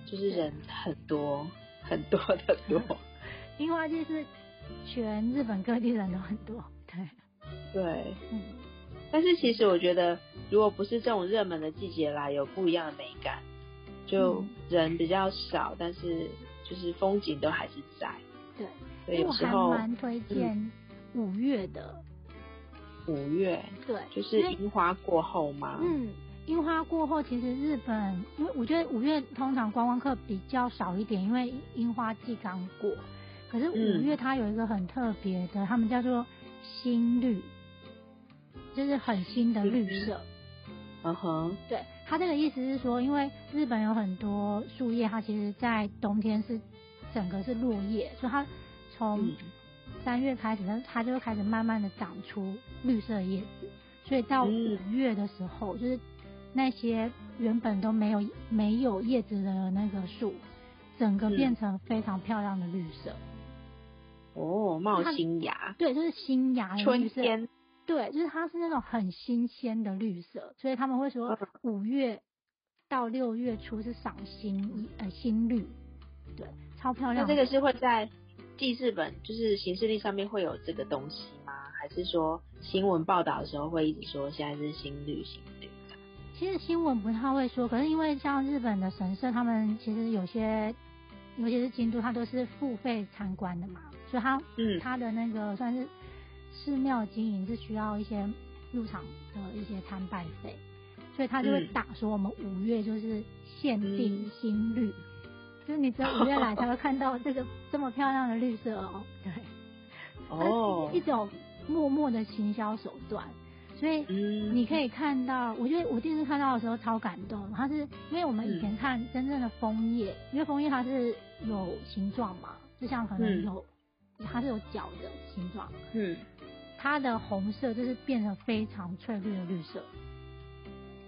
Speaker 2: 就是人很多很多 的多，
Speaker 1: 樱花季是全日本各地人都很多，对，
Speaker 2: 对。
Speaker 1: 嗯，
Speaker 2: 但是其实我觉得，如果不是这种热门的季节来，有不一样的美感，就
Speaker 1: 嗯
Speaker 2: 人比较少，但是就是风景都还是在。
Speaker 1: 对。
Speaker 2: 所以
Speaker 1: 因为
Speaker 2: 有
Speaker 1: 我
Speaker 2: 时
Speaker 1: 还
Speaker 2: 候嗯
Speaker 1: 蛮推荐五月的，
Speaker 2: 五月
Speaker 1: 对，
Speaker 2: 就是
Speaker 1: 因为
Speaker 2: 樱花过后嘛，
Speaker 1: 嗯，樱花过后，其实日本，因为我觉得五月通常观光客比较少一点，因为樱花季刚过。可是五
Speaker 2: 嗯
Speaker 1: 月它有一个很特别的，他们叫做新绿，就是很新的绿色。
Speaker 2: 嗯哼，
Speaker 1: 对，它这个意思是说，因为日本有很多树叶，它其实在冬天是整个是落叶，所以它从
Speaker 2: 嗯
Speaker 1: 三月开始，它它就会开始慢慢的长出绿色的叶子，所以到五
Speaker 2: 嗯
Speaker 1: 月的时候，就是那些原本都没有没有叶子的那个树，整个
Speaker 2: 嗯
Speaker 1: 变成非常漂亮的绿色，
Speaker 2: 哦，冒新芽，
Speaker 1: 对，就是新芽的绿
Speaker 2: 春
Speaker 1: 色，
Speaker 2: 天，
Speaker 1: 对，就是它是那种很新鲜的绿色，所以他们会说
Speaker 2: 嗯
Speaker 1: 五月到六月初是赏新呃新绿，对，超漂
Speaker 2: 那
Speaker 1: 亮的。
Speaker 2: 这个是会在记事本，就是行事历上面会有这个东西吗？还是说新闻报道的时候会一直说现在是新绿新绿？
Speaker 1: 其实新闻不太会说，可是因为像日本的神社，他们其实有些，尤其是京都，它都是付费参观的嘛，所以它
Speaker 2: 嗯
Speaker 1: 它的那个算是寺庙经营是需要一些入场的一些参拜费，所以他就会
Speaker 2: 嗯
Speaker 1: 打说我们五月就是限定
Speaker 2: 嗯
Speaker 1: 新绿，就是你只有五月来才会看到这个这么漂亮的绿色哦，对，
Speaker 2: 哦
Speaker 1: 它是一，种默默的行销手段，所以
Speaker 2: 嗯，
Speaker 1: 你可以看到，我觉得我第一次看到的时候超感动。它是因为我们以
Speaker 2: 嗯
Speaker 1: 前看真正的枫叶，因为枫叶它是有形状嘛，就像可能
Speaker 2: 嗯
Speaker 1: 有、它是有角的形状，
Speaker 2: 嗯，
Speaker 1: 它的红色就是变成非常翠绿的绿色，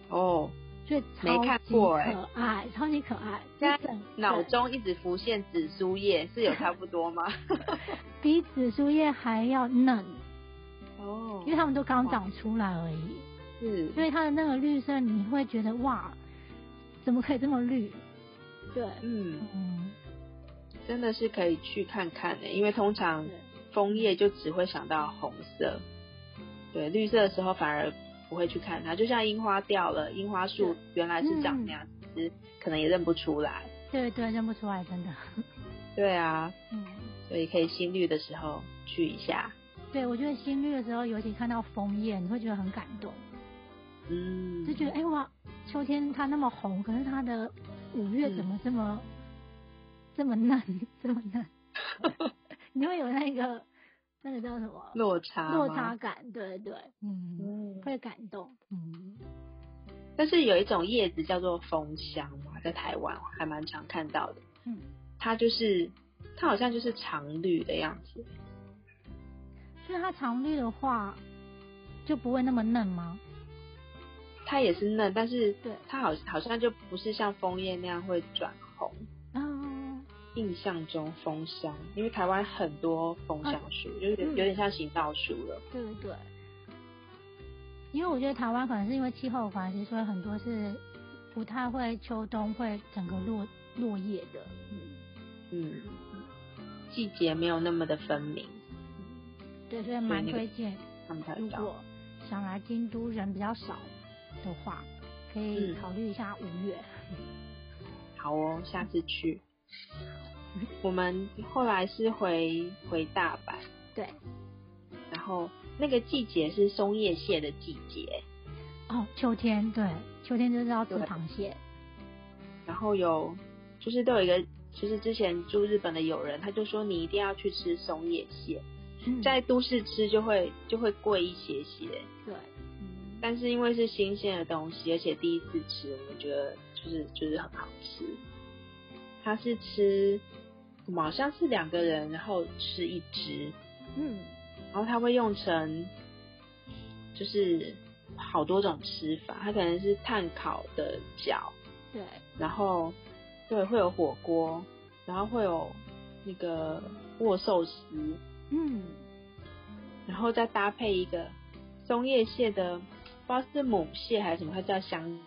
Speaker 2: 哦，
Speaker 1: 所以
Speaker 2: 没
Speaker 1: 超
Speaker 2: 看
Speaker 1: 级
Speaker 2: 过
Speaker 1: 可
Speaker 2: 欸
Speaker 1: 爱，超级可爱。
Speaker 2: 在
Speaker 1: 就整
Speaker 2: 脑
Speaker 1: 对
Speaker 2: 中一直浮现紫苏叶，是有差不多吗？
Speaker 1: 比紫苏叶还要嫩，
Speaker 2: 哦嗯
Speaker 1: 因为它们都刚长出来而已。
Speaker 2: 是
Speaker 1: 因为它的那个绿色，你会觉得哇，怎么可以这么绿？对，
Speaker 2: 嗯，
Speaker 1: 嗯，
Speaker 2: 真的是可以去看看的、因为通常
Speaker 1: 嗯对
Speaker 2: 枫叶就只会想到红色，对，绿色的时候反而不会去看它。就像樱花掉了，樱花树
Speaker 1: 对
Speaker 2: 原来是长
Speaker 1: 嗯
Speaker 2: 那样，其实可能也认不出来。
Speaker 1: 对对，认不出来，真的。
Speaker 2: 对啊，
Speaker 1: 嗯，
Speaker 2: 所以可以新绿的时候去一下。
Speaker 1: 对，我觉得新绿的时候，尤其看到枫叶，你会觉得很感动，
Speaker 2: 嗯，
Speaker 1: 就觉得哎、哇，秋天它那么红，可是它的五月怎么这么、这么嫩， 这么嫩？你会有那个那个叫什么
Speaker 2: 落差
Speaker 1: 落
Speaker 2: 吗
Speaker 1: 差感？对对，嗯，
Speaker 2: 嗯，
Speaker 1: 会感动，嗯，
Speaker 2: 但是有一种叶子叫做枫香嘛，在台湾还蛮常看到的。
Speaker 1: 嗯，
Speaker 2: 它就是它好像就是常绿的样子，
Speaker 1: 所以它常绿的话就不会那么嫩吗？
Speaker 2: 它也是嫩，但是
Speaker 1: 对
Speaker 2: 它好好像就不是像枫叶那样会转红。
Speaker 1: 嗯，
Speaker 2: 印象中枫香，因为台湾很多枫香树，就是有
Speaker 1: 嗯
Speaker 2: 有点像行道树了。
Speaker 1: 对对对，因为我觉得台湾可能是因为气候的关系，所以很多是不太会秋冬会整个落落叶的。
Speaker 2: 嗯，季节没有那么的分明，
Speaker 1: 对，所以蛮推荐，
Speaker 2: 看不太
Speaker 1: 如
Speaker 2: 到。
Speaker 1: 果想来京都人比较少的话，可以
Speaker 2: 嗯
Speaker 1: 考虑一下五月。
Speaker 2: 好哦，下次去。我们后来是回回大阪，
Speaker 1: 对，
Speaker 2: 然后那个季节是松叶蟹的季节，
Speaker 1: 哦，秋天，对，秋天就是要吃
Speaker 2: 对
Speaker 1: 螃蟹。
Speaker 2: 然后有就是都有一个，就是之前住日本的友人，他就说你一定要去吃松叶蟹，
Speaker 1: 嗯，
Speaker 2: 在都市吃就会就会贵一些些，
Speaker 1: 对，嗯，
Speaker 2: 但是因为是新鲜的东西，而且第一次吃，我觉得就是就是很好吃。他是吃，我们好像是两个人，然后吃一只，
Speaker 1: 嗯，
Speaker 2: 然后他会用成就是好多种吃法，他可能是炭烤的饺，
Speaker 1: 对，
Speaker 2: 然后对会有火锅，然后会有那个握寿司，
Speaker 1: 嗯，
Speaker 2: 然后再搭配一个松叶蟹的，不知道是母蟹还是什么，它叫香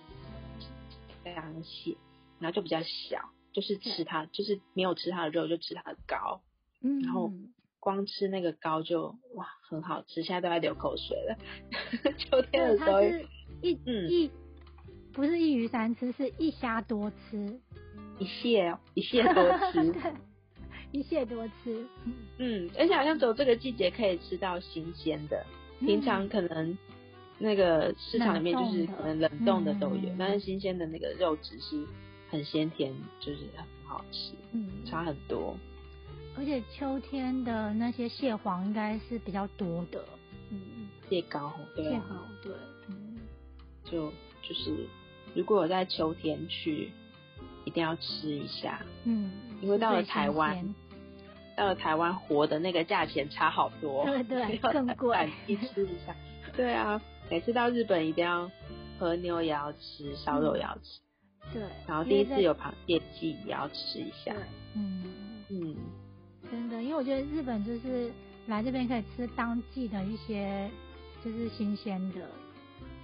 Speaker 2: 香蟹，然后就比较小，就是吃它，就是没有吃它的肉，就吃它的膏，
Speaker 1: 嗯，
Speaker 2: 然后光吃那个膏就哇很好吃，现在都在流口水了。 秋天
Speaker 1: 对，
Speaker 2: 的时
Speaker 1: 它
Speaker 2: 候，
Speaker 1: 是一、
Speaker 2: 嗯
Speaker 1: 一不是一鱼三吃，是一虾多吃，
Speaker 2: 一蟹哦一蟹多 吃，
Speaker 1: 对，一蟹多吃。
Speaker 2: 嗯，而且好像只有这个季节可以吃到新鲜的，平常可能。那个市场里面就是
Speaker 1: 嗯冷冻的
Speaker 2: 可能冷冻的都有，
Speaker 1: 嗯
Speaker 2: 但是新鲜的那个肉质是很鲜甜，就是很好吃，
Speaker 1: 嗯，
Speaker 2: 差很多。
Speaker 1: 而且秋天的那些蟹黄应该是比较多的，嗯，
Speaker 2: 蟹膏对
Speaker 1: 蟹
Speaker 2: 啊，
Speaker 1: 黄对，嗯，
Speaker 2: 就就是如果有在秋天去，一定要吃一下，
Speaker 1: 嗯，
Speaker 2: 因为到了
Speaker 1: 是最新
Speaker 2: 台湾
Speaker 1: 鲜
Speaker 2: 到了台湾活的那个价钱差好多，
Speaker 1: 对对
Speaker 2: 要
Speaker 1: 更贵
Speaker 2: 反季吃一下。 对啊，每次到日本一定要和牛也要吃，烧肉也要吃，
Speaker 1: 对，
Speaker 2: 然后
Speaker 1: 因
Speaker 2: 第一
Speaker 1: 为在
Speaker 2: 次有螃蟹季也要吃一下
Speaker 1: 对。，嗯，
Speaker 2: 嗯，
Speaker 1: 真的，因为我觉得日本就是来这边可以吃当季的一些就是新鲜的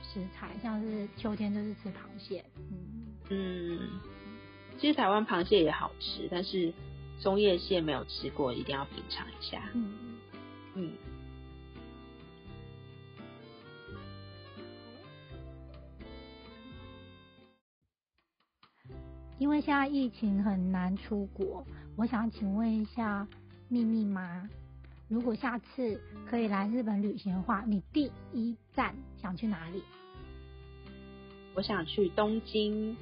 Speaker 1: 食材，像是秋天就是吃螃蟹，嗯。
Speaker 2: 嗯，其实台湾螃蟹也好吃，但是松叶蟹没有吃过，一定要品尝一下。
Speaker 1: 嗯，
Speaker 2: 嗯，
Speaker 1: 因为现在疫情很难出国，我想请问一下秘密妈，如果下次可以来日本旅行的话，你第一站想去哪里？
Speaker 2: 我想去东京，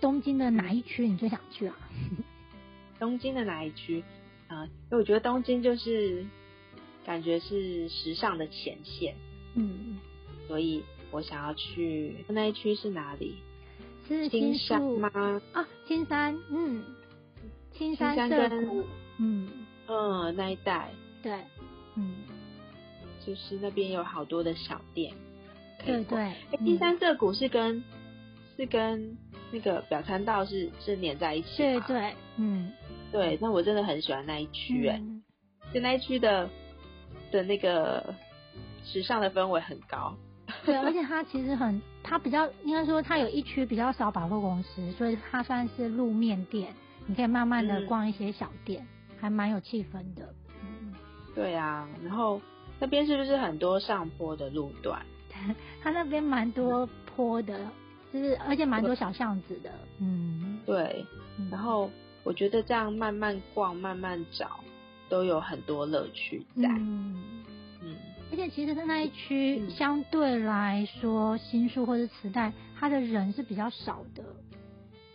Speaker 1: 东京的哪一区你最想去啊？
Speaker 2: 东京的哪一区？啊、因为我觉得东京就是感觉是时尚的前线，
Speaker 1: 嗯，
Speaker 2: 所以我想要去那一区是哪里？
Speaker 1: 是
Speaker 2: 青
Speaker 1: 新
Speaker 2: 山
Speaker 1: 宿
Speaker 2: 吗？
Speaker 1: 啊，青山，嗯，青山
Speaker 2: 青山
Speaker 1: 涩
Speaker 2: 跟
Speaker 1: 谷，嗯，
Speaker 2: 嗯，那一带
Speaker 1: 对，嗯，
Speaker 2: 就是那边有好多的小店。可
Speaker 1: 对
Speaker 2: 以逛
Speaker 1: 对
Speaker 2: 哎，，
Speaker 1: 嗯
Speaker 2: 第三涩谷是跟是跟那个表参道是是连在一起
Speaker 1: 对
Speaker 2: 吗
Speaker 1: 对，嗯，
Speaker 2: 对，那我真的很喜欢那一区哎、
Speaker 1: 嗯
Speaker 2: 就那一区的的那个时尚的氛围很高，
Speaker 1: 对，而且它其实很，它比较应该说它有一区比较少百货公司，所以它算是路面店，你可以慢慢的
Speaker 4: 嗯
Speaker 1: 逛一些小店，还蛮有气氛的。嗯
Speaker 2: 对啊，然后那边是不是很多上坡的路段？
Speaker 1: 它那边蛮多坡的，就是而且蛮多小巷子的，嗯，
Speaker 2: 对，
Speaker 1: 嗯
Speaker 2: 然后我觉得这样慢慢逛、慢慢找，都有很多乐趣在。
Speaker 1: 嗯，
Speaker 2: 嗯
Speaker 1: 而且其实，在那一区
Speaker 2: 嗯
Speaker 1: 相对来说，新宿或者磁带，它的人是比较少的，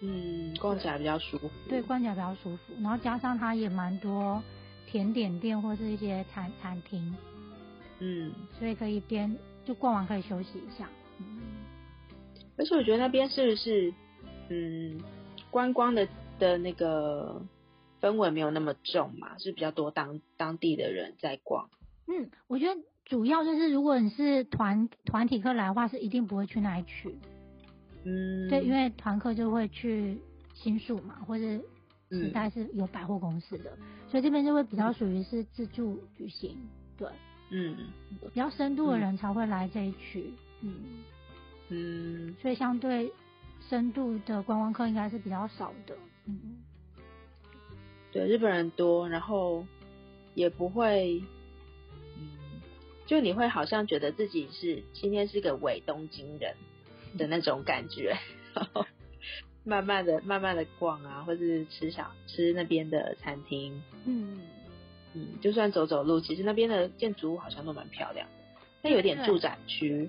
Speaker 2: 嗯，逛起来比较舒服。
Speaker 1: 对，逛起来比较舒服。然后加上它也蛮多甜点店或是一些餐餐厅，
Speaker 2: 嗯，
Speaker 1: 所以可以边就逛完可以休息一下。嗯，
Speaker 2: 而且我觉得那边是不是，嗯，观光的的那个氛围没有那么重嘛，是比较多当当地的人在逛。
Speaker 1: 嗯我觉得主要就是如果你是团团体客来的话，是一定不会去那一区，
Speaker 2: 嗯，
Speaker 1: 对，因为团客就会去新宿嘛，或者时
Speaker 2: 嗯
Speaker 1: 代是有百货公司的，所以这边就会比较属于是自助旅行，对，
Speaker 2: 嗯
Speaker 1: 比较深度的
Speaker 2: 嗯
Speaker 1: 人才会来这一区，嗯，
Speaker 2: 嗯，
Speaker 1: 所以相对深度的观光客应该是比较少的，嗯，
Speaker 2: 对，日本人多，然后也不会，嗯，就你会好像觉得自己是今天是个伪东京人的那种感觉，然后 慢慢的、慢慢的逛啊，或是吃小吃那边的餐厅，
Speaker 1: 嗯，
Speaker 2: 嗯，就算走走路，其实那边的建筑物好像都蛮漂亮的，但有点
Speaker 1: 对
Speaker 2: 住宅区，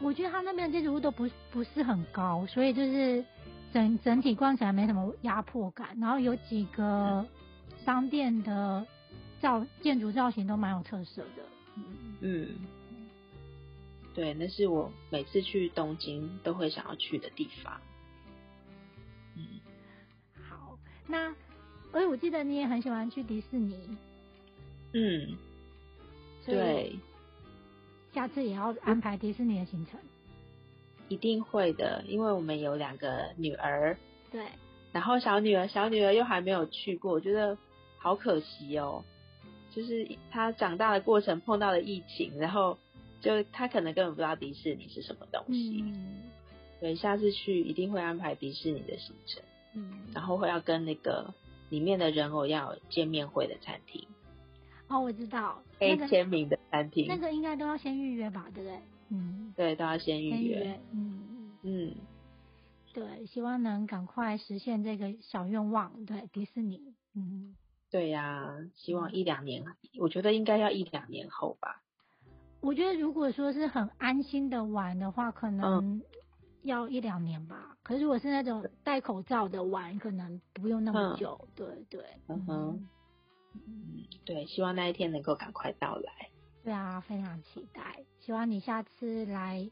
Speaker 1: 我觉得他那边的建筑物都不不是很高，所以就是整整体逛起来没什么压迫感，然后有几个商店的造建筑造型都蛮有特色的，嗯。
Speaker 2: 嗯，对，那是我每次去东京都会想要去的地方。嗯
Speaker 1: 好，那而且我记得你也很喜欢去迪士尼，
Speaker 2: 嗯，
Speaker 1: 所以
Speaker 2: 对，
Speaker 1: 下次也要安排迪士尼的行程。
Speaker 2: 一定会的，因为我们有两个女儿，
Speaker 1: 对，
Speaker 2: 然后小女儿小女儿又还没有去过，我觉得好可惜哦。就是她长大的过程碰到了疫情，然后就她可能根本不知道迪士尼是什么东西，
Speaker 1: 嗯
Speaker 2: 所以下次去一定会安排迪士尼的行程，
Speaker 1: 嗯，
Speaker 2: 然后会要跟那个里面的人偶要有见面会的餐厅，
Speaker 1: 哦，我知道，
Speaker 2: 可以
Speaker 1: 那个
Speaker 2: 签名的餐厅，
Speaker 1: 那个应该都要先预约吧，对不对？嗯，
Speaker 2: 对，都要先
Speaker 1: 先
Speaker 2: 预
Speaker 1: 预
Speaker 2: 约。
Speaker 1: 约，嗯，
Speaker 2: 嗯，
Speaker 1: 对，希望能赶快实现这个小愿望，对，迪士尼，嗯，
Speaker 2: 对呀、希望一两年，我觉得应该要一两年后吧。
Speaker 1: 我觉得如果说是很安心的玩的话，可
Speaker 2: 嗯
Speaker 1: 能要一两年吧。可是如果是那种戴口罩的玩，可能不用那么
Speaker 2: 嗯
Speaker 1: 久。对对，
Speaker 2: 嗯哼，嗯对，希望那一天能够赶快到来。
Speaker 1: 对啊，非常期待。希望你下次来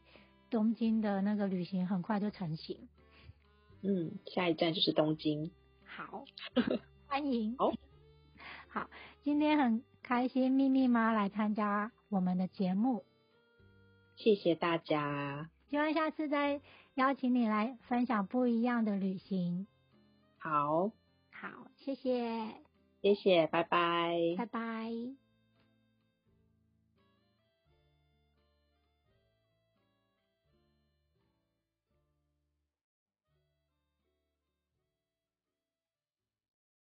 Speaker 1: 东京的那个旅行很快就成型。
Speaker 2: 嗯，下一站就是东京。
Speaker 1: 好，欢迎。
Speaker 2: 好，
Speaker 1: 好，今天很开心，秘密妈来参加我们的节目，
Speaker 2: 谢谢大家。
Speaker 1: 希望下次再邀请你来分享不一样的旅行。
Speaker 2: 好，
Speaker 1: 好，谢谢，
Speaker 2: 谢谢，拜拜。
Speaker 1: 拜拜。